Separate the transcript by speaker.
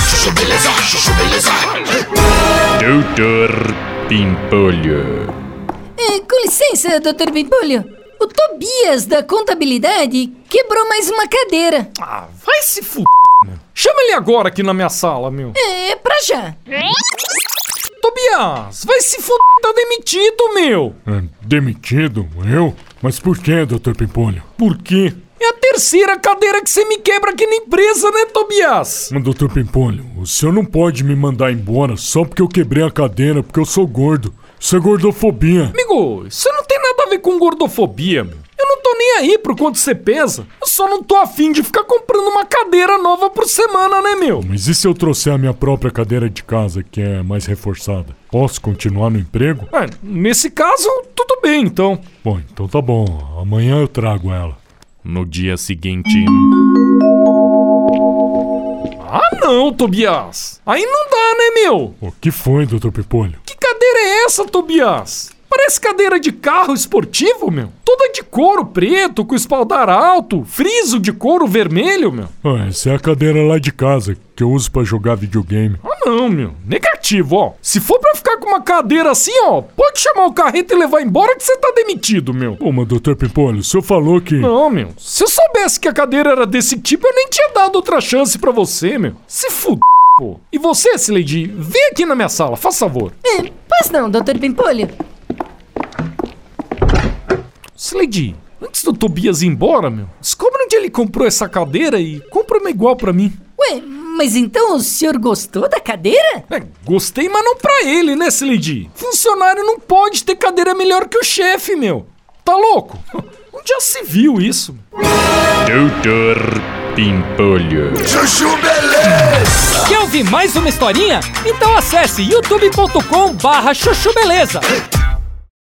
Speaker 1: chuchubilizar, chuchubilizar.
Speaker 2: Doutor Pimpolho.
Speaker 3: É, com licença, Dr. Pimpolho. O Tobias, da contabilidade, quebrou mais uma cadeira.
Speaker 4: Ah, vai se f... meu. Chama ele agora aqui na minha sala, meu.
Speaker 3: É, pra já.
Speaker 4: Tobias, vai se f... tá demitido, meu.
Speaker 5: É, Demitido? Eu? Mas por que, doutor Pimpolho?
Speaker 4: Por quê? É a terceira cadeira que você me quebra aqui na empresa, né, Tobias?
Speaker 5: Mas, doutor Pimpolho, o senhor não pode me mandar embora só porque eu quebrei a cadeira, porque eu sou gordo. Isso é gordofobia.
Speaker 4: Amigo, isso não tem nada a ver com gordofobia, meu. Eu não tô nem aí pro quanto você pesa. Eu só não tô afim de ficar comprando uma cadeira nova por semana, né, meu?
Speaker 5: Mas e se eu trouxer a minha própria cadeira de casa, que é mais reforçada? Posso continuar no emprego?
Speaker 4: É, nesse caso, tudo bem, então.
Speaker 5: Bom, então tá bom. Amanhã eu trago ela.
Speaker 2: No dia seguinte.
Speaker 4: Ah, não, Tobias. Aí não dá, né, meu?
Speaker 5: O que foi, doutor Pimpolho?
Speaker 4: Que cadeira é essa, Tobias? Parece cadeira de carro esportivo, meu. Toda de couro preto, com espaldar alto, friso de couro vermelho, meu.
Speaker 5: Ah, essa é a cadeira lá de casa, que eu uso pra jogar videogame.
Speaker 4: Ah, não, meu. Negativo, ó. Se for pra ficar com uma cadeira assim, ó, pode chamar o carreta e levar embora que você tá demitido, meu.
Speaker 5: Pô, mas doutor Pimpolho, o senhor falou que...
Speaker 4: Não, meu. Se eu soubesse que a cadeira era desse tipo, eu nem tinha dado outra chance pra você, meu. Se fuder, pô. E você, Sileidi, vem aqui na minha sala, faz favor.
Speaker 3: É, pois não, Dr. Pimpolho.
Speaker 4: Slade, antes do Tobias ir embora, meu, descobre onde ele comprou essa cadeira e compra uma igual pra mim.
Speaker 3: Ué, mas então o senhor gostou da cadeira?
Speaker 4: É, gostei, mas não pra ele, né, Slade? Funcionário não pode ter cadeira melhor que o chefe, meu. Tá louco? Onde já se viu isso?
Speaker 2: Doutor Pimpolho.
Speaker 1: Chuchu beleza.
Speaker 6: Quer ouvir mais uma historinha? Então acesse youtube.com barra chuchu beleza.